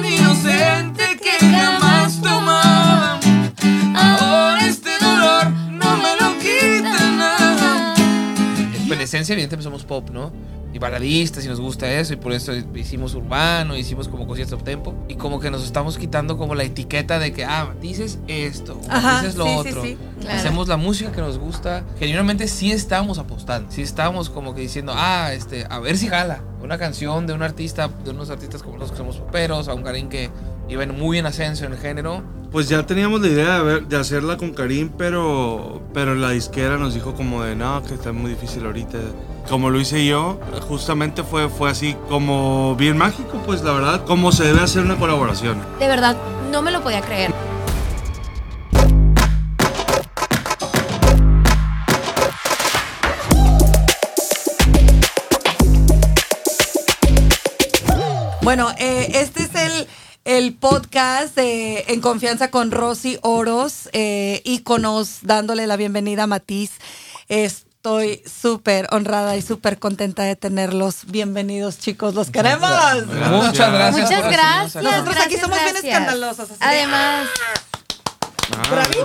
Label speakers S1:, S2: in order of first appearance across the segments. S1: este esencia, evidentemente, somos pop, ¿no? Y baladistas, y nos gusta eso, y por eso hicimos urbano, hicimos como cosillas up tempo, y como que nos estamos quitando como la etiqueta de que, ah, dices esto, o
S2: Ajá,
S1: dices lo
S2: sí, sí,
S1: otro.
S2: sí,
S3: claro.
S1: Hacemos la música que nos gusta. Genuinamente sí estábamos apostando, sí estábamos como que diciendo, ah, este, a ver si jala una canción de un artista, de unos artistas como los que somos poperos, a un Karim que iba en- muy en ascenso en el género.
S4: Pues ya teníamos la idea de, ver- de hacerla con Karim, pero, pero la disquera nos dijo como de, no, que está muy difícil ahorita. Como lo hice yo, justamente fue, fue así como bien mágico, pues la verdad, como se debe hacer una colaboración.
S3: De verdad, no me lo podía creer.
S2: Bueno, eh, este es el, el podcast eh, en confianza con Rosy Oros, eh, íconos, dándole la bienvenida a Matiz. Estoy súper honrada y súper contenta de tenerlos. Bienvenidos, chicos, los queremos.
S4: Gracias.
S1: Muchas gracias.
S3: Muchas
S1: por recibirnos
S3: gracias.
S1: acá.
S2: Nosotros aquí
S3: gracias,
S2: somos bien
S3: gracias.
S2: escandalosos, así de-
S3: Además,
S4: Ah,
S2: ¡Bravísimo!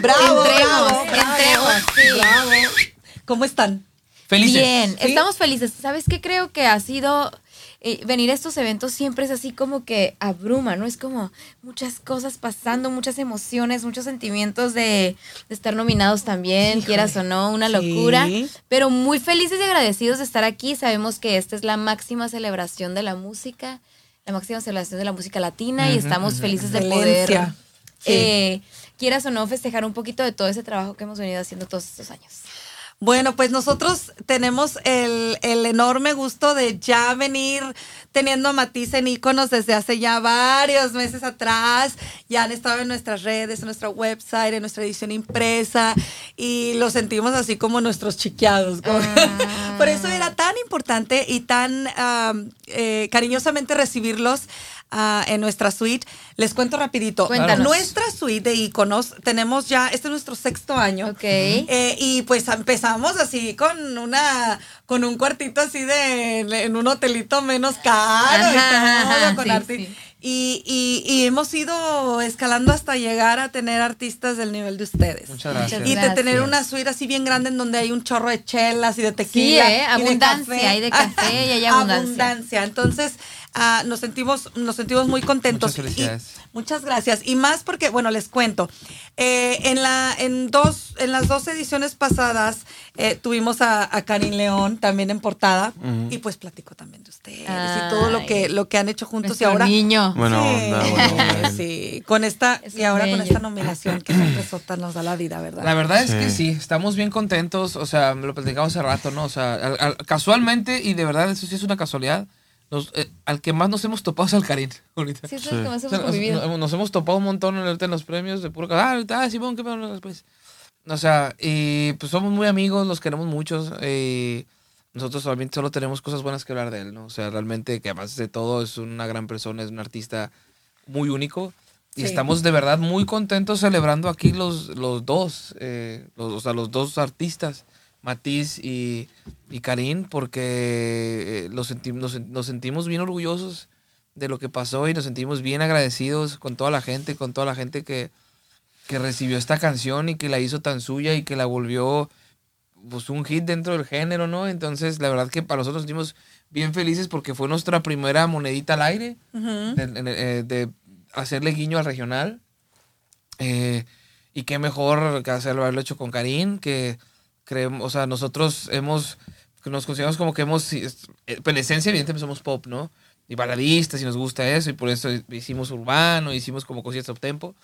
S2: ¡Bravo,
S3: entremos,
S2: bravo, bravo,
S3: entremos, sí.
S2: bravo. ¿Cómo están?
S1: Felices.
S3: Bien,
S2: ¿Sí?
S3: estamos felices. ¿Sabes qué creo que ha sido? eh, venir a estos eventos siempre es así como que abruma, ¿no? Es como muchas cosas pasando, muchas emociones, muchos sentimientos de, de estar nominados también, quieras o no, una
S2: Sí.
S3: locura. Pero muy felices y agradecidos de estar aquí. Sabemos que esta es la máxima celebración de la música, la máxima celebración de la música latina y estamos felices de poder,
S2: Excelencia. Sí.
S3: eh, quieras o no, festejar un poquito de todo ese trabajo que hemos venido haciendo todos estos años.
S2: Bueno, pues nosotros tenemos el, el enorme gusto de ya venir teniendo a Matiz en Iconos desde hace ya varios meses atrás. Ya han estado en nuestras redes, en nuestra website, en nuestra edición impresa y lo sentimos así como nuestros chiqueados. como- Por eso era tan importante y tan am, eh, cariñosamente recibirlos. ah, en nuestra suite. Les cuento rapidito.
S3: Cuéntanos.
S2: Nuestra suite de iconos tenemos ya, este es nuestro sexto año.
S3: Ok.
S2: Eh, y pues empezamos así con una con un cuartito así de en un hotelito menos caro y
S3: Ajá,
S2: todo,
S3: ajá,
S2: con
S3: sí,
S2: arti-
S3: sí.
S2: Y, y- y hemos ido escalando hasta llegar a tener artistas del nivel de ustedes.
S1: Muchas gracias.
S2: Y de tener
S3: Gracias.
S2: una suite así bien grande en donde hay un chorro de chelas y de
S3: Sí,
S2: tequila.
S3: ¿eh?
S2: y de café.
S3: abundancia, hay de café y hay abundancia.
S2: Abundancia. Entonces, ah, nos sentimos, nos sentimos muy contentos.
S1: Muchas felicidades.
S2: Y- muchas gracias. Y más porque, bueno, les cuento. eh, en la, en dos, en las dos ediciones pasadas, eh, tuvimos a, a Karin León también en portada. Y pues platico también de ustedes y todo lo
S3: Ay.
S2: que, lo que han hecho juntos
S3: Nuestro
S2: y ahora.
S3: niño.
S4: Bueno,
S2: Sí,
S4: onda, bueno, onda.
S2: sí, con esta,
S3: Es
S2: y ahora
S3: bello.
S2: con esta nominación que siempre sota nos da la vida, ¿verdad?
S1: La verdad es
S4: Sí.
S1: que sí, estamos bien contentos, o sea, lo platicamos hace rato, ¿no? O sea, al- al- casualmente, y de verdad, eso sí es una casualidad, nos- eh, al que más nos hemos topado es al Karim ahorita.
S3: Sí, eso es
S4: Sí.
S3: lo que más
S1: O sea,
S3: hemos
S1: nos,
S3: convivido.
S1: nos- nos hemos topado un montón ahorita en los premios de puro... Ah, ahorita, ah, Simón, qué bueno, después. O sea, y pues somos muy amigos, los queremos muchos. eh, nosotros también solo tenemos cosas buenas que hablar de él, ¿no? O sea, realmente que además de todo es una gran persona, es un artista muy único. Y
S2: Sí.
S1: estamos de verdad muy contentos celebrando aquí los, los dos, eh, los, o sea, los dos artistas, Matiz y, y Karim, porque eh, los senti- nos, sen- nos sentimos bien orgullosos de lo que pasó y nos sentimos bien agradecidos con toda la gente, con toda la gente que, que recibió esta canción y que la hizo tan suya y que la volvió pues, un hit dentro del género, ¿no? Entonces, la verdad que para nosotros nos sentimos bien felices porque fue nuestra primera monedita al aire
S2: Ujú.
S1: de, en- eh, de hacerle guiño al regional. Eh, y qué mejor que hacerlo, haberlo hecho con Karim, que creemos, o sea, nosotros hemos, que nos consideramos como que hemos, sí, es- eh, en esencia, evidentemente somos pop, ¿no? Y baladistas, y nos gusta eso, y por eso hicimos urbano, hicimos como cosillas up tempo.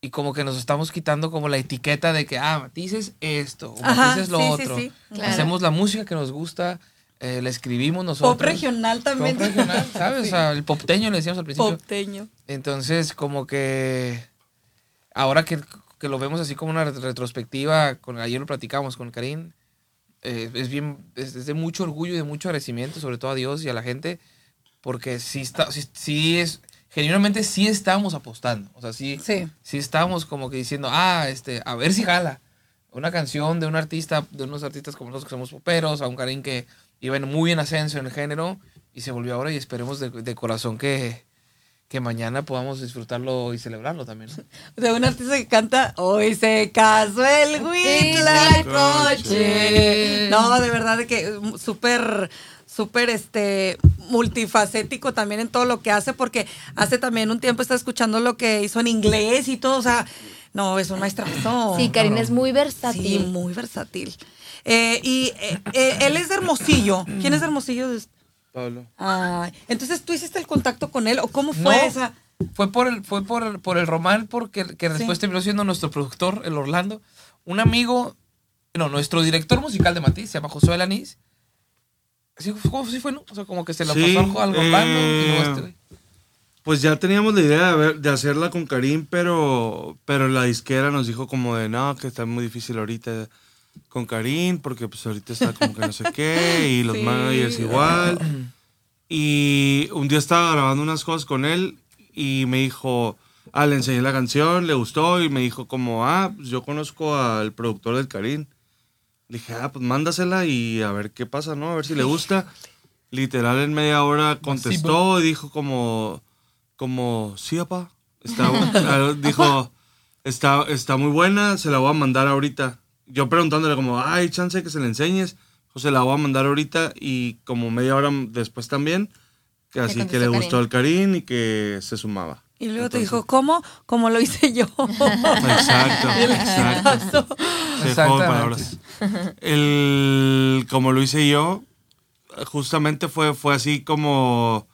S1: Y como que nos estamos quitando como la etiqueta de que, ah, dices esto, o
S2: Ajá,
S1: dices lo
S2: sí, sí,
S1: otro.
S2: sí,
S3: claro.
S1: Hacemos la música que nos gusta, eh, la escribimos nosotros.
S2: Pop regional también.
S1: Pop regional, ¿sabes? O sea, el popteño le decíamos al principio.
S2: Popteño.
S1: Entonces, como que ahora que, que lo vemos así como una ret- retrospectiva, con, ayer lo platicamos con Karim, eh, es, bien, es, es de mucho orgullo y de mucho agradecimiento, sobre todo a Dios y a la gente, porque sí, está, sí, sí es, genuinamente sí estamos apostando, o sea, sí,
S2: Sí.
S1: sí estamos como que diciendo, ah, este, a ver si jala. Una canción de un artista, de unos artistas como nosotros que somos poperos, a un Karim que iba en- muy en ascenso en el género y se volvió ahora y esperemos de, de corazón que, que mañana podamos disfrutarlo y celebrarlo también. ¿no?
S2: De un artista que canta Hoy se casó el Huitlacoche. No, de verdad que mm, súper súper este multifacético también en todo lo que hace porque hace también un tiempo está escuchando lo que hizo en inglés y todo, o sea, no, es un maestrazo.
S3: Sí, Karina es muy versátil.
S2: Sí, muy versátil. Eh, y eh, eh, él es de Hermosillo. ¿Quién es de Hermosillo? de usted?
S4: Pablo.
S2: Ay, entonces tú hiciste el contacto con él o cómo
S1: No,
S2: fue esa?
S1: Fue por el, fue por el, por el Román, porque que después terminó siendo nuestro productor, el Orlando. Un amigo, no, nuestro director musical de Matiz, se llama Josué Lanís. Sí, fue- ¿cómo- sí fue, ¿no? O sea, como que se la
S4: Sí,
S1: pasó al Romano y luego
S4: eh,
S1: este güey.
S4: Pues ya teníamos la idea de, ver- de hacerla con Karim, pero, pero la disquera nos dijo como de, no, que está muy difícil ahorita con Karim, porque pues ahorita está como que no sé qué, y los
S2: Sí.
S4: managers igual. Y un día estaba grabando unas cosas con él y me dijo, ah, le enseñé la canción, le gustó, y me dijo como, ah, pues yo conozco al productor del Karim. Le dije, ah, pues mándasela y a ver qué pasa, ¿no? A ver si le gusta. Literal en media hora contestó y dijo como, como, sí, papá. Está, bu- dijo, está, está muy buena, se la voy a mandar ahorita. Yo preguntándole como, ay, chance que se la enseñes. O se la voy a mandar ahorita y como media hora después también. Que así
S3: contestó
S4: que le
S3: Karin.
S4: gustó al Karim y que se sumaba.
S2: Y luego te
S4: Entonces-
S2: dijo, ¿cómo? Como lo hice yo.
S4: Exacto, exacto. Se dejó de palabras. El, como lo hice yo, justamente fue, fue así como,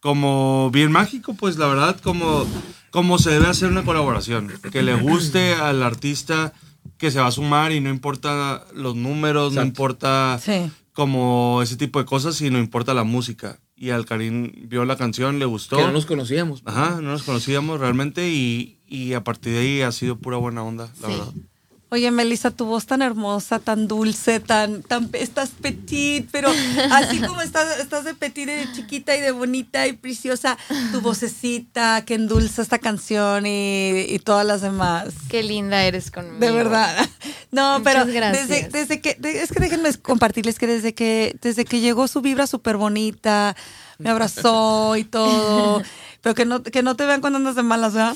S4: como bien mágico, pues la verdad, como, como se debe hacer una colaboración. Que le guste al artista que se va a sumar y no importa los números, no importa
S2: Sí.
S4: como ese tipo de cosas, sino importa la música. Y al Karim vio la canción, le gustó.
S1: Que no nos conocíamos.
S4: Ajá, no nos conocíamos realmente y, y a partir de ahí ha sido pura buena onda, la
S3: Sí.
S4: verdad.
S2: Oye, Melissa, tu voz tan hermosa, tan dulce, tan, tan, estás petit, pero así como estás, estás de petit, y de chiquita y de bonita y preciosa, tu vocecita que endulza esta canción y, y todas las demás.
S3: Qué linda eres conmigo.
S2: De verdad. No,
S3: Muchas
S2: pero
S3: gracias.
S2: desde, desde que, de- es que déjenme compartirles que desde que, desde que llegó su vibra súper bonita, me abrazó y todo. Pero que no, que no te vean cuando andas de malas, ¿verdad?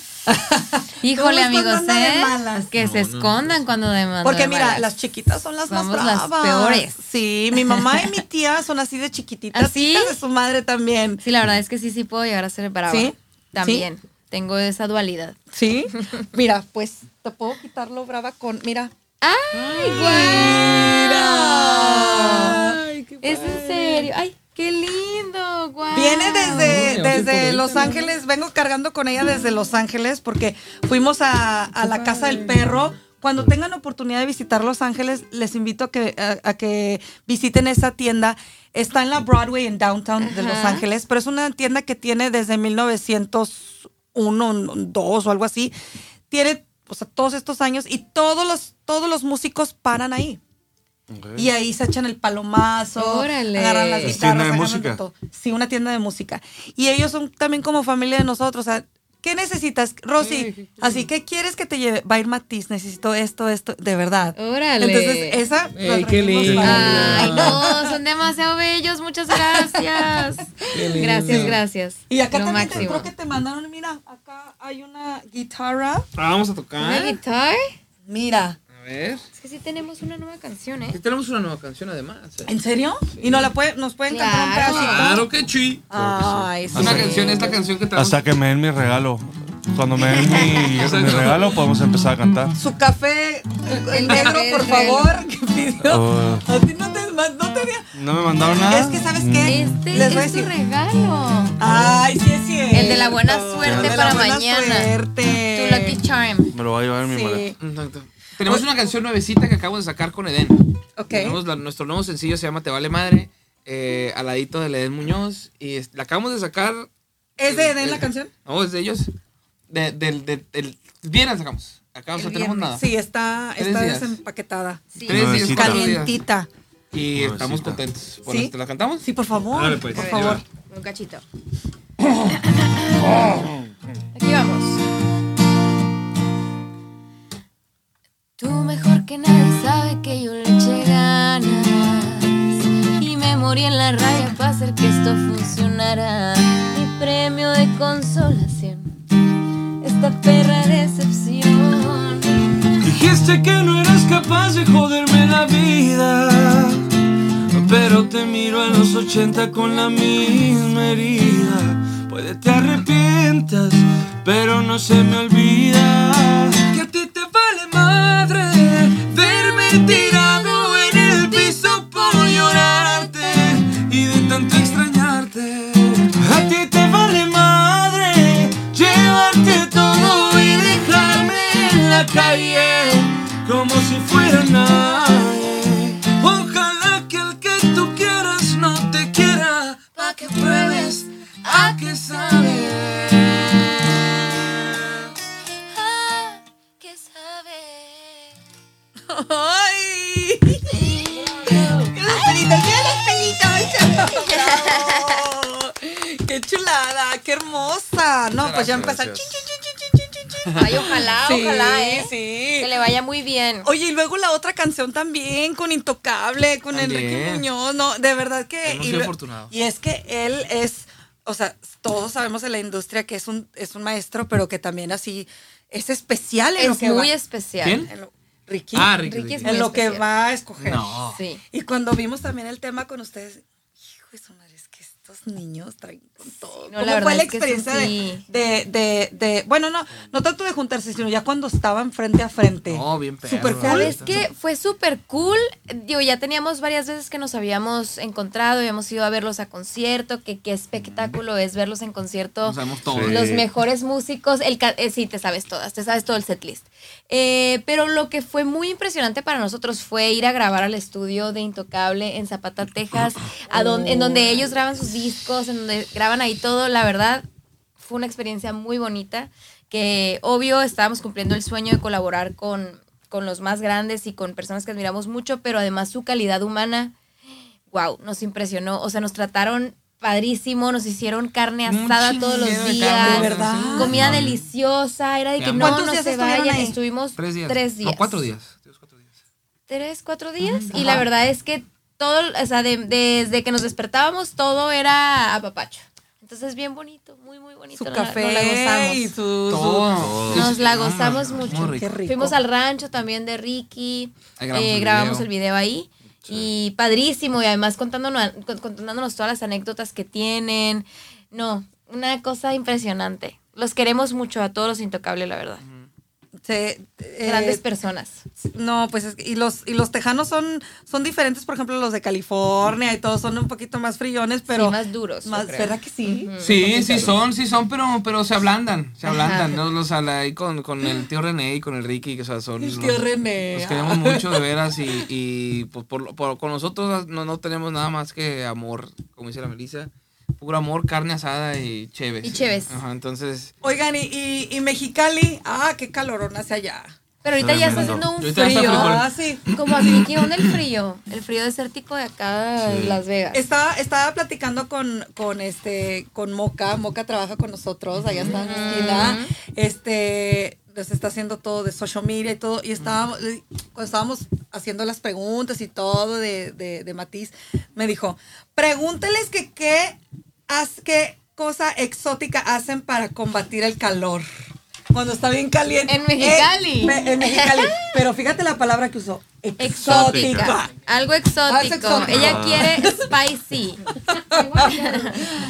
S3: Híjole,
S2: Todos cuando
S3: amigos,
S2: andan de malas.
S3: ¿eh? Que se escondan cuando demandan.
S2: Porque mira, las chiquitas son las
S3: Somos
S2: más
S3: las
S2: bravas.
S3: peores. ¿Ah,
S2: Sí, mi mamá y mi tía son así de chiquititas.
S3: ¿Así?
S2: hijas de su madre también.
S3: Sí, la verdad es que sí, sí puedo llegar a ser brava.
S2: ¿Sí?
S3: También. Tengo esa dualidad.
S2: Sí. Mira, pues te puedo quitarlo brava con. Mira.
S3: ¡Ay, guau! Es en serio. ¡Ay, qué lindo! ¡Guau!
S2: Viene desde,
S1: Oye, así
S2: desde
S1: podría
S2: Los
S1: también.
S2: Ángeles, vengo cargando con ella desde Los Ángeles porque fuimos a, a la casa del perro. Cuando tengan oportunidad de visitar Los Ángeles, les invito a que, a, a que visiten esa tienda. Está en la Broadway en Downtown de Los
S3: Ajá.
S2: Ángeles, pero es una tienda que tiene desde 1901, 2 o algo así. Tiene o sea, todos estos años y todos los, todos los músicos paran ahí. Y ahí se echan el palomazo,
S3: Órale.
S2: agarran las
S3: ¿Es
S2: guitarras,
S4: tienda de
S2: agarran
S4: música?
S2: de todo. Sí, una tienda de música. Y ellos son también como familia de nosotros. O sea, ¿qué necesitas, Rosy? Así, ¿qué quieres que te lleve? Va a ir Matiz, necesito esto, esto, de verdad.
S3: Órale. Ah.
S2: Entonces, esa.
S1: Ey,
S2: la
S1: qué
S2: trajimos
S1: lindo.
S2: para-
S3: Ay, no, son demasiado bellos. Muchas gracias. Gracias, gracias.
S2: Y acá
S3: Lo
S2: también te-
S3: máximo.
S2: creo que te mandaron, mira, acá hay una guitarra.
S4: Ah, vamos a
S3: ¿Una
S4: tocar.
S3: guitar?
S2: Mira.
S1: A ver.
S3: Es que sí tenemos una nueva canción, ¿eh?
S1: Sí, tenemos una nueva canción además. ¿eh?
S2: ¿En serio? ¿Y no la puede, nos pueden cantar un
S3: Claro.
S2: pedacito?
S1: Claro que sí.
S2: Ay, sí.
S1: Una canción, eh, es la canción que tenemos.
S4: Hasta que me den mi regalo. Cuando me den mi, mi regalo, podemos empezar a cantar.
S2: su café, el, el
S3: El
S2: negro,
S3: café
S2: por
S3: es
S2: favor, que pidió.
S4: Oh.
S2: A ti no te, ma- no te di-
S4: ¿No me mandaron nada?
S2: Es que, ¿sabes qué?
S3: Ah. Este
S2: Les voy a
S3: es tu
S2: decir-
S3: regalo.
S2: Ay, sí es cierto.
S3: El de la buena suerte
S2: El de la
S3: para
S2: buena
S3: mañana.
S2: suerte.
S3: Tu Lucky Charm.
S4: Me lo va a llevar en mi
S2: Sí.
S4: maleta.
S1: Exacto. Tenemos una canción nuevecita que acabo de sacar con Eden.
S2: Ok.
S1: Tenemos la- nuestro nuevo sencillo se llama Te Vale Madre, eh, al ladito de Eden Muñoz. Y es- la acabamos de sacar.
S2: ¿Es de
S1: el-
S2: Edén la
S1: el-
S2: canción?
S1: No, es de ellos. De, del, del- del- viernes sacamos. Acabamos, Ah, no
S2: El
S1: tenemos
S2: viernes.
S1: nada.
S2: Sí, está,
S1: Tres
S2: está
S1: días.
S2: desempaquetada.
S3: Sí.
S1: Tres días,
S4: Nuevecita.
S1: cuatro días.
S2: Calientita.
S1: Y estamos
S4: Nuevecita.
S1: contentos.
S2: ¿Sí?
S1: Bueno, ¿Te la cantamos?
S2: Sí, por favor.
S4: Dale, pues.
S2: Por
S4: Ahí
S2: favor.
S3: Un cachito. Aquí vamos. Tú mejor que nadie sabe que yo le eché ganas y me morí en la raya para hacer que esto funcionara. Mi premio de consolación. Esta perra decepción.
S4: Dijiste que no eras capaz de joderme la vida. Pero te miro en los 80 con la misma herida. Puede te arrepientas, pero no se me olvida. Que a ti te vale madre verme tirado en el piso por llorarte y de tanto extrañarte. A ti te vale madre llevarte todo y dejarme en la calle como si fuera nadie. Ojalá que el que tú quieras no te quiera, pa' que pruebes a que sabe.
S3: ¿Qué sabe?
S2: ¡Ay! ¡Qué los pelitos! ¡Qué los pelitos! ¡Qué chulada! ¡Qué hermosa! No, pues ya empezar. Chin,
S4: gracias.
S2: chin, chin, chin, chin, chin, chin.
S3: Ay, ojalá,
S2: Sí,
S3: ojalá, ¿eh?
S2: sí.
S3: Que le vaya muy bien.
S2: Oye, y luego la otra canción también, con Intocable, con Enrique
S1: También.
S2: Muñoz, no, de verdad que...
S1: Hemos
S2: y
S1: sido
S2: lo-
S1: afortunados.
S2: Y es que él es, o sea, todos sabemos en la industria que es un, es un maestro, pero que también así es especial en lo
S3: Es
S2: que
S3: muy
S2: va.
S3: especial.
S1: ¿Quién?
S2: En lo- Ricky,
S1: Ah, Ricky.
S3: Ricky es
S1: Ricky.
S2: en lo que
S3: especial.
S2: va a escoger.
S1: No.
S3: Sí.
S2: Y cuando vimos también el tema con ustedes, hijo de su madre, es que estos niños traen con todo.
S3: no, la
S2: ¿Cómo
S3: verdad
S2: fue la
S3: es que eso
S2: experiencia de-
S3: sí.
S2: de, de, de- bueno, no, no tanto de juntarse, sino ya cuando estaban frente a frente.
S1: No, Oh, bien perro,
S2: Super
S1: la
S2: cool.
S1: neta.
S3: ¿Sabes qué? Fue súper cool. Digo, ya teníamos varias veces que nos habíamos encontrado, habíamos ido a verlos a concierto, que qué espectáculo es verlos en concierto.
S1: Nos sabemos todo.
S3: Los
S1: Sí.
S3: mejores músicos, el ca- eh, sí, te sabes todas, te sabes todo el setlist. Eh, pero lo que fue muy impresionante para nosotros fue ir a grabar al estudio de Intocable en Zapata, Texas, a donde, en donde ellos graban sus discos, en donde graban ahí todo. La verdad, fue una experiencia muy bonita, que obvio estábamos cumpliendo el sueño de colaborar con, con los más grandes y con personas que admiramos mucho, pero además su calidad humana, wow, nos impresionó. O sea, nos trataron padrísimo, nos hicieron carne
S1: Un
S3: asada todos los
S1: chinguero de
S3: días,
S1: carne,
S2: De verdad.
S1: sí.
S3: comida
S1: No,
S3: deliciosa, era de que
S1: Te amo.
S3: no,
S2: ¿Cuántos
S3: no
S2: días
S3: se
S2: estuvieron
S3: vayan,
S2: ahí?
S3: estuvimos
S1: Tres días.
S3: tres días.
S1: No, cuatro días. Tres, cuatro días.
S3: Tres, cuatro días, y
S1: Ajá.
S3: la verdad es que todo, o sea, de- desde que nos despertábamos, todo era apapacho. Entonces, bien bonito, muy, muy bonito.
S2: Su
S3: nos la- nos
S2: café
S3: la gozamos.
S2: y su- su...
S1: Todo.
S3: Nos la
S1: No,
S3: gozamos
S1: no, no,
S3: mucho.
S1: Ah, muy
S2: Qué
S1: rico.
S2: rico.
S3: Fuimos al rancho también de Ricky.
S1: Ahí grabamos
S3: eh,
S1: el
S3: grabamos
S1: video.
S3: el video ahí. Y padrísimo. Y además contándonos, cont- contándonos todas las anécdotas que tienen. No, una cosa impresionante. Los queremos mucho a todos los intocables, la verdad.
S2: se- eh,
S3: Grandes personas.
S2: No, pues es que- y los y los tejanos son son diferentes, por ejemplo, los de California y todos son un poquito más frillones, pero
S3: Sí, más duros, yo
S2: Más,
S3: creo.
S2: ¿verdad que sí?
S1: Sí, sí son, sí son, pero, pero se ablandan, se
S3: Ajá.
S1: ablandan, ¿no? Los habla ahí con, con el tío René y con el Ricky, que o sea, son...
S2: El tío
S1: los-
S2: René.
S1: Los queremos mucho, de veras, y, y pues por, lo- por- con nosotros no, no tenemos nada más que amor, como dice la Melissa, puro amor, carne asada y chéves.
S3: Y cheves.
S1: Ajá, entonces...
S2: Oigan, y, y, y Mexicali, ah, qué calorón hace allá.
S3: Pero ahorita ya está
S4: Tremendo.
S3: haciendo un
S1: Ahorita ya está
S3: frío.
S1: frijol.
S2: Ah, sí.
S3: Como aquí, ¿qué onda el frío? El frío desértico de acá de Las Vegas.
S2: Estaba, estaba platicando con, con este, con Moca. Moca trabaja con nosotros, allá está
S3: Mm.
S2: en la esquina. Este, nos está haciendo todo de social media y todo. Y estábamos, le- cuando estábamos haciendo las preguntas y todo de, de, de Matiz, me dijo, pregúnteles que qué, haz, qué cosa exótica hacen para combatir el calor. Cuando está bien caliente.
S3: En Mexicali.
S2: Eh, me- en Mexicali. Pero fíjate la palabra que usó.
S3: Exótica.
S2: Exótica.
S3: Algo
S2: Algo
S3: exótico.
S2: exótico.
S3: Ella quiere spicy.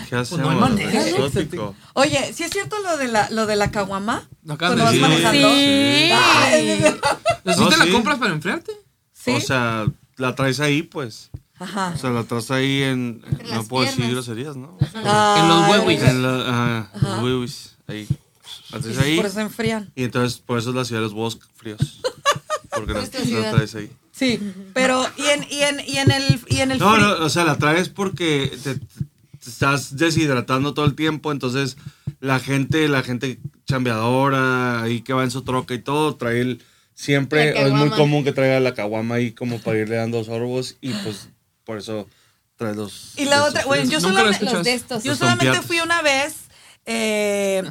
S4: ¿Qué hacemos?
S1: no hay manera.
S4: Exótico.
S2: Oye, ¿sí es cierto lo de la, lo de la caguama?
S1: Lo acabas
S2: ¿Cuando
S1: de
S2: vas
S1: decir. Ah.
S2: manejando?
S3: Sí.
S2: Ay,
S1: ¿Sí
S4: No,
S1: te la
S4: sí.
S1: compras para enfriarte?
S2: ¿Sí?
S4: O sea, la traes ahí, pues.
S2: Ajá.
S4: O sea, la traes ahí en. No
S3: las
S4: puedo decir
S3: piernas.
S4: groserías, ¿no?
S1: En los
S2: Ay,
S1: huevos.
S4: En la, ajá, los huevos, ahí. La traes ahí.
S2: Por eso enfrían.
S4: Y entonces, por eso es la ciudad de los bosques fríos. Porque la,
S3: Nuestra
S4: la
S3: ciudad.
S4: traes ahí.
S2: Sí, pero y en, y en, y en el y en el
S4: No,
S2: frío?
S4: no, o sea, la traes porque te, te estás deshidratando todo el tiempo, entonces la gente, la gente chambeadora ahí que va en su troca y todo, trae el- siempre,
S3: La
S4: o es muy
S3: caguama.
S4: común que traiga la caguama ahí como para irle dando sorbos y pues por eso traes los...
S2: Y la
S4: los
S2: otra,
S4: fríos.
S2: bueno, yo
S1: Nunca lo
S2: solamente,
S1: escuché.
S3: Los de estos.
S2: yo
S4: Los
S2: solamente
S4: tompiates.
S2: fui una vez eh,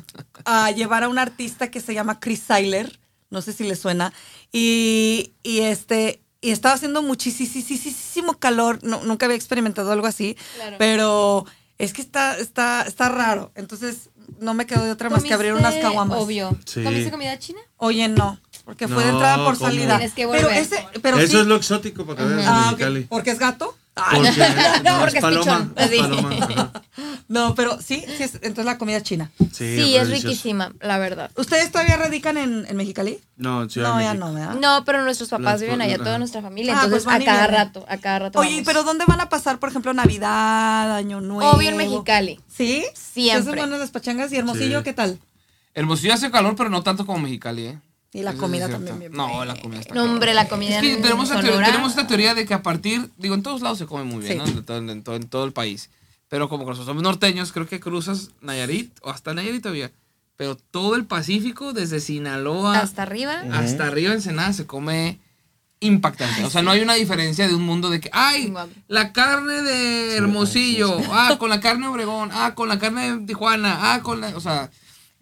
S2: a llevar a un artista que se llama Chris Seiler, no sé si le suena, y, y este y estaba haciendo muchísimo calor, no- nunca había experimentado algo así,
S3: Claro.
S2: pero es que está, está, está raro. Entonces, no me quedó de otra más que abrir unas
S3: Comiste,
S2: caguamas.
S3: Obvio.
S4: Sí.
S3: ¿Comiste comida china?
S2: Oye, no, porque fue de
S4: No,
S2: entrada por
S4: ¿cómo?
S2: salida.
S3: Tienes que
S2: pero
S3: volver.
S2: ese, pero
S4: Eso
S2: sí.
S4: es lo exótico para que veas en
S2: Ah, ok.
S4: Mexicali.
S2: ¿Porque es gato? Ah,
S4: Porque,
S3: No, porque es
S4: paloma,
S3: pichón, así.
S4: paloma, ajá.
S2: No, pero sí, sí es- entonces la comida china.
S3: Sí,
S4: Sí,
S3: es
S4: delicioso.
S3: riquísima, la verdad.
S2: ¿Ustedes todavía radican en, en Mexicali?
S4: No, en Ciudad
S2: No,
S4: de
S2: ya
S4: México.
S2: no, ¿verdad?
S3: No, pero nuestros papás
S4: Las-
S3: viven allá,
S4: ajá.
S3: toda nuestra familia.
S2: Ah,
S3: entonces,
S2: pues van
S3: a
S2: y
S3: cada
S2: vienen.
S3: rato, a cada rato.
S2: Oye,
S3: vamos.
S2: pero ¿dónde van a pasar, por ejemplo, Navidad, Año Nuevo?
S3: Obvio en Mexicali.
S2: ¿Sí?
S3: Siempre.
S2: Esas son las pachangas y Hermosillo,
S4: Sí.
S2: ¿qué tal?
S1: Hermosillo hace calor, pero no tanto como Mexicali, ¿eh?
S2: Y la
S1: Eso sí
S2: comida
S1: es cierto.
S2: también bien
S1: No, la comida está
S3: No, hombre, la comida.
S1: Es que
S3: en
S1: tenemos, esta teoría,
S3: Sonora-
S1: tenemos esta teoría de que a partir, digo, en todos lados se come muy bien,
S2: Sí.
S1: ¿no? En todo, en todo- en todo el país. Pero como que nosotros somos norteños, creo que cruzas Nayarit, o hasta Nayarit todavía, pero todo el Pacífico, desde Sinaloa hasta,
S3: Hasta arriba.
S1: arriba Ensenada, se come impactante. O sea, no hay una diferencia de un mundo de que, ay,
S3: Guau.
S1: la carne de Hermosillo, ah, con la carne de Obregón, ah, con la carne de Tijuana, ah, con la, o sea,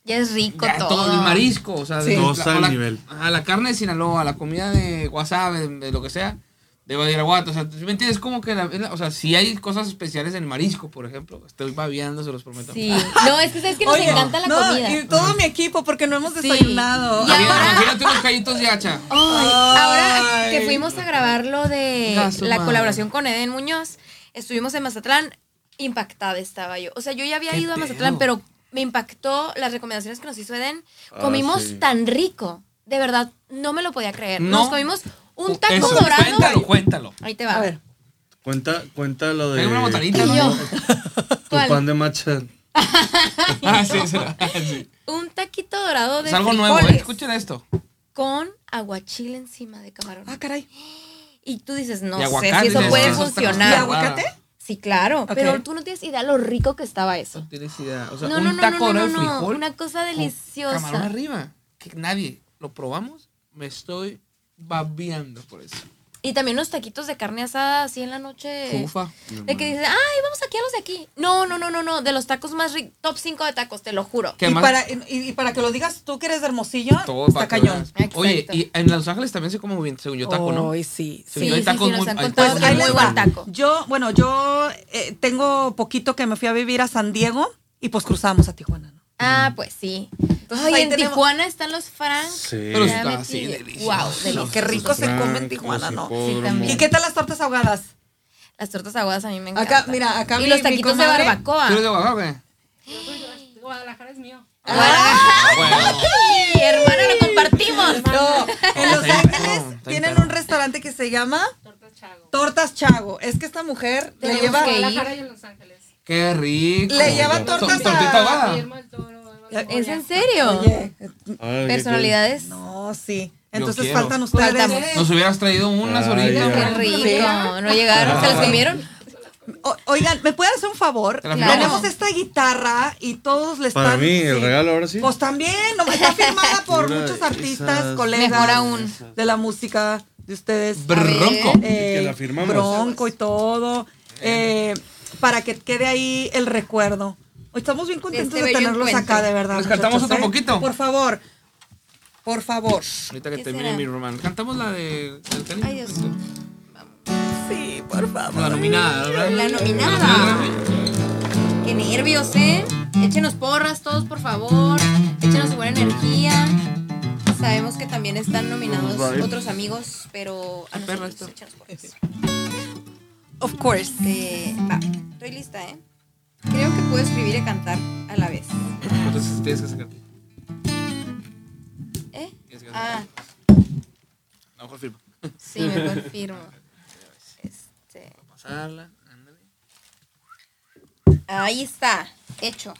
S3: Ya es rico
S1: ya,
S3: todo.
S1: todo, el marisco, o sea,
S2: Sí.
S1: de-
S4: Todo está
S1: o
S4: al
S1: la-
S4: nivel.
S1: ajá, la carne de Sinaloa, la comida de wasabi, de, de lo que sea, de Badiraguato, o sea, ¿sí ¿me entiendes? Como que, la- es la- o sea, si hay cosas especiales en el marisco, por ejemplo, estoy babeando, se los prometo.
S3: Sí. No, es que sabes que nos
S2: Oye,
S3: encanta la
S2: no,
S3: comida.
S2: Y todo mi equipo, porque no hemos desayunado.
S3: Y
S1: Había-
S3: ahora-
S1: Imagínate unos callitos de hacha.
S3: Ay, ahora
S2: Ay.
S3: que fuimos a grabar lo de
S1: Ya, su
S3: la
S1: madre.
S3: colaboración con Eden Muñoz, estuvimos en Mazatlán, impactada estaba yo. O sea, yo ya había
S1: ¿Qué
S3: ido a
S1: pedo?
S3: Mazatlán, pero me impactó las recomendaciones que nos hizo Eden.
S4: Ah,
S3: Comimos
S4: sí.
S3: tan rico, de verdad, no me lo podía creer.
S1: No.
S3: Nos comimos un taco
S1: Eso,
S3: dorado.
S1: Cuéntalo, cuéntalo.
S3: Ahí te va.
S2: A ver,
S4: Cuenta, cuenta lo de
S1: Hay una botanita,
S3: Y
S1: ¿no?
S3: yo,
S4: tu
S3: ¿cuál?
S4: pan de matcha.
S1: Ah, sí, sí, sí.
S3: un taquito dorado de
S1: Es algo nuevo, ¿eh?
S3: frijoles
S1: Escuchen esto.
S3: con aguachile encima de camarón.
S2: ah, caray.
S3: Y tú dices, no
S1: Y
S3: sé
S1: aguacate,
S3: si eso
S1: ¿no?
S3: puede
S1: Eso está
S2: ¿Y
S3: funcionar.
S1: como-
S2: aguacate?
S3: Sí, claro,
S2: Ok.
S3: pero tú no tienes idea lo rico que estaba eso.
S1: Tienes idea. O sea,
S3: No,
S1: un
S3: no, no,
S1: taco
S3: no, no,
S1: de
S3: no,
S1: frijol.
S3: una cosa
S1: con
S3: deliciosa.
S1: Camarón arriba. Que nadie. ¿Lo probamos? Me estoy babeando por eso.
S3: Y también los taquitos de carne asada así en la noche.
S1: Ufa.
S3: De que dices, ay, vamos aquí a los de aquí. No, no, no, no, no, de los tacos más ricos, top 5 de tacos, te lo juro.
S1: ¿Qué
S2: y,
S1: más?
S2: Para, y, y para que lo digas tú que eres de Hermosillo,
S1: Todo para
S2: está
S1: que
S2: cañón.
S1: veas. Oye,
S3: Exacto.
S1: y en Los Ángeles también se come muy bien, según yo, taco, ¿no?
S2: Ay, sí.
S1: Sí,
S3: Sí,
S1: yo hay
S3: sí,
S1: tacos
S3: sí, nos
S1: muy-
S3: han
S1: hay
S3: contado
S1: tacos
S3: que hay
S1: muy
S3: muy
S1: buenos.
S3: buen taco.
S2: Pues Yo, bueno, yo eh, tengo poquito que me fui a vivir a San Diego y pues cruzamos a Tijuana. ¿no?
S3: Ah, pues sí. Ay,
S2: ahí
S3: en
S2: tenemos-
S3: Tijuana están los frank.
S4: Sí.
S1: Pero sí
S3: Ya
S1: está
S3: metí-
S1: así, delicioso.
S3: Guau, delicioso.
S2: Qué rico se come en
S4: Francos,
S2: Tijuana, ¿no?
S4: hipódromo.
S3: Sí,
S2: ¿Y qué tal las tortas ahogadas?
S3: Las tortas aguadas a mí me encantan.
S2: Acá, mira, acá
S3: Y
S2: mi-
S3: los
S2: mi
S3: taquitos de
S2: comadre-
S3: barbacoa.
S1: ¿Tú eres de Oaxaca o qué?
S5: Guadalajara es mío.
S2: Ah,
S1: Ah, Bueno.
S3: Ay, hermano, lo compartimos.
S2: No, en
S1: está
S2: Los
S1: bien
S2: Ángeles
S1: perro, está bien
S2: tienen
S1: perro.
S2: un restaurante que se llama
S5: Tortas Chago.
S2: Tortas Chago. Es que esta mujer le
S3: Tenemos
S2: lleva,
S3: que ir.
S5: Guadalajara y en Los Ángeles.
S1: Qué rico.
S2: le lleva
S1: To-
S2: tortas
S1: Tortita
S2: a...
S1: ahogada.
S5: Guillermo del Toro. Eva
S2: Ya-
S3: ¿Es en
S5: Longoria.
S3: serio?
S2: Oye,
S4: Ay, qué
S3: Personalidades.
S2: no, sí. Entonces
S1: quiero.
S2: faltan ustedes.
S3: Faltamos.
S1: Nos hubieras traído unas
S4: Ay,
S1: orillas.
S4: ya.
S3: Qué
S1: ¿verdad?
S3: rico. No llegaron. ¿Se las comieron?
S2: O- oigan, ¿me pueden hacer un favor?
S1: Claro.
S2: Tenemos esta guitarra y todos le
S4: cool.
S2: están...
S4: Para mí, el
S2: sí.
S4: regalo ahora sí.
S2: Pues también, no, está firmada por
S4: Una de
S2: muchos artistas,
S4: esas-
S2: colegas.
S3: Mejor aún.
S2: De la música de ustedes.
S1: Bronco.
S2: Eh,
S4: que la firmamos.
S2: Bronco y todo. eh, para que quede ahí el recuerdo. Hoy estamos bien contentos
S3: Este
S2: de
S3: bello
S2: tenerlos
S3: encuentro.
S2: acá, de verdad.
S1: ¿Les cantamos
S2: muchachos,
S1: otro
S2: ¿eh?
S1: poquito?
S2: Por favor. Por favor.
S1: Ahorita que
S3: ¿Qué
S1: termine
S3: será?
S1: mi román. Cantamos la de. del cariño?
S3: Ay, Dios mío.
S2: Sí, por favor.
S1: La nominada, ¿verdad?
S3: La nominada. Qué nervios, ¿eh? Échenos porras todos, por favor. Échenos buena energía. Sabemos que también están nominados
S4: Vale.
S3: otros amigos, pero a
S1: perro
S3: nosotros
S1: esto.
S3: échenos porras.
S2: Of course.
S3: Este, va, estoy lista, ¿eh? Creo que puedo escribir y cantar a la vez.
S1: Entonces tienes que sacarte.
S3: ¿Eh?
S1: Tienes que
S3: Ah,
S1: A lo mejor firma.
S3: sí, me confirmo. Este,
S1: Pasarla. ándale.
S3: ahí está, hecho.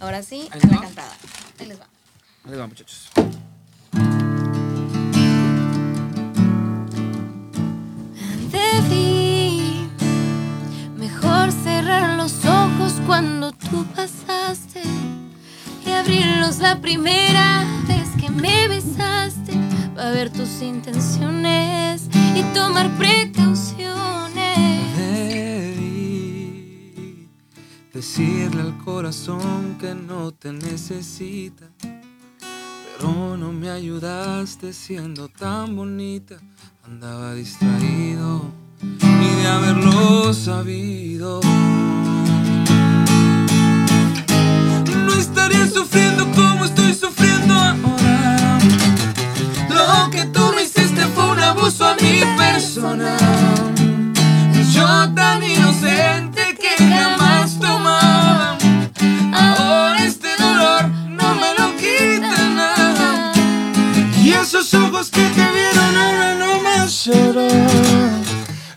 S3: Ahora sí,
S1: Ahí
S3: a la
S1: va.
S3: cantada. Ahí les va.
S1: Ahí va, muchachos.
S3: de ti. Mejor cerrar los ojos cuando tú pasaste y abrirlos la primera vez que me besaste para ver tus intenciones y tomar precauciones.
S1: Debí decirle al corazón que no te necesita, pero no me ayudaste siendo tan bonita. Andaba distraído y de haberlo sabido.
S4: sufriendo como estoy sufriendo ahora. Lo que tú me hiciste fue un abuso a mi persona. Yo tan inocente que jamás tomaba. Ahora este dolor no me lo quita nada. Y esos ojos que te vieron ahora no me lloran.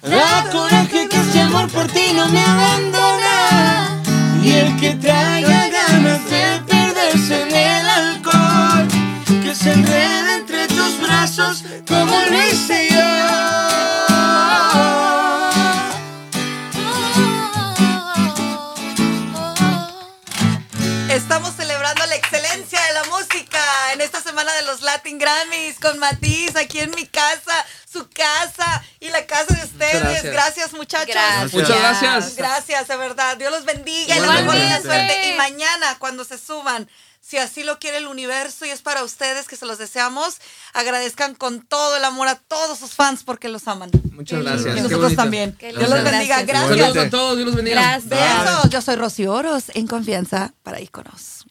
S4: Da coraje que este amor por ti no me
S3: Ah,
S4: abandona. Y el que traiga ganas de perderse en el alcohol, que se enrede entre tus brazos como lo hice yo.
S3: Oh,
S2: Estamos celebrando la excelencia de la música en esta semana de los Latin Grammys con Matiz aquí en mi casa, su casa y la casa de ustedes. Gracias,
S4: Gracias.
S2: muchachos.
S3: Gracias.
S4: Muchas gracias.
S2: Gracias, de verdad. Dios los bendiga y les
S4: Igualmente.
S2: mejor de la suerte. Y mañana, cuando se suban, si así lo quiere el universo y es para ustedes que se los deseamos, agradezcan con todo el amor a todos sus fans porque los aman.
S4: Muchas
S2: Y
S4: gracias.
S2: nosotros también.
S3: Qué
S2: Dios los
S3: lindo.
S2: bendiga.
S3: Gracias.
S2: Gracias.
S4: Saludos a todos, Dios los bendiga.
S3: Gracias.
S2: Besos. Yo soy Rocío Oros, en confianza para Iconos.